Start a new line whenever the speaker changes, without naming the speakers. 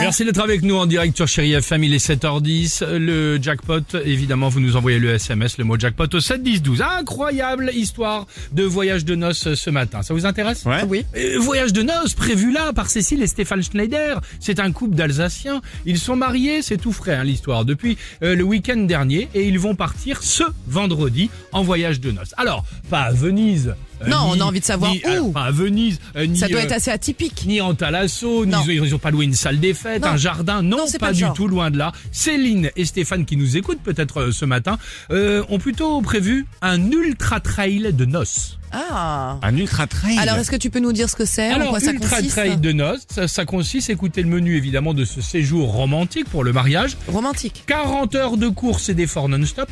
Merci d'être avec nous en direct sur Chéri FM, il est 7h10. Le jackpot, évidemment, vous nous envoyez le SMS, le mot jackpot au 7 10 12. Incroyable histoire de voyage de noces ce matin. Ça vous intéresse
Oui.
Euh, Voyage de noces prévu là par Cécile et Stéphane Schneider. C'est un couple d'Alsaciens. Ils sont mariés, c'est tout frais hein, l'histoire, depuis euh, le week-end dernier et ils vont partir ce vendredi en voyage de noces. Alors, pas à Venise. euh,
Non, on a envie de savoir
ni-
où.
alors, pas à Venise. euh, ni,
Ça doit
euh,
être assez atypique.
ni en Talasso, ni
Non.
ils ont, ils ont pas loué une salle des fêtes,
Non.
un jardin, non,
Non,
pas,
c'est pas le
du
genre.
tout loin de là. Céline et Stéphane qui nous écoutent peut-être euh, ce matin euh, ont plutôt prévu un ultra trail de noces.
Ah.
Un ultra trail.
Alors, est-ce que tu peux nous dire ce que c'est, en
Alors
quoi ça
ultra
consiste
trail de noces, ça, ça consiste, écoutez le menu évidemment de ce séjour romantique pour le mariage.
Romantique.
40 heures de course et d'efforts non-stop,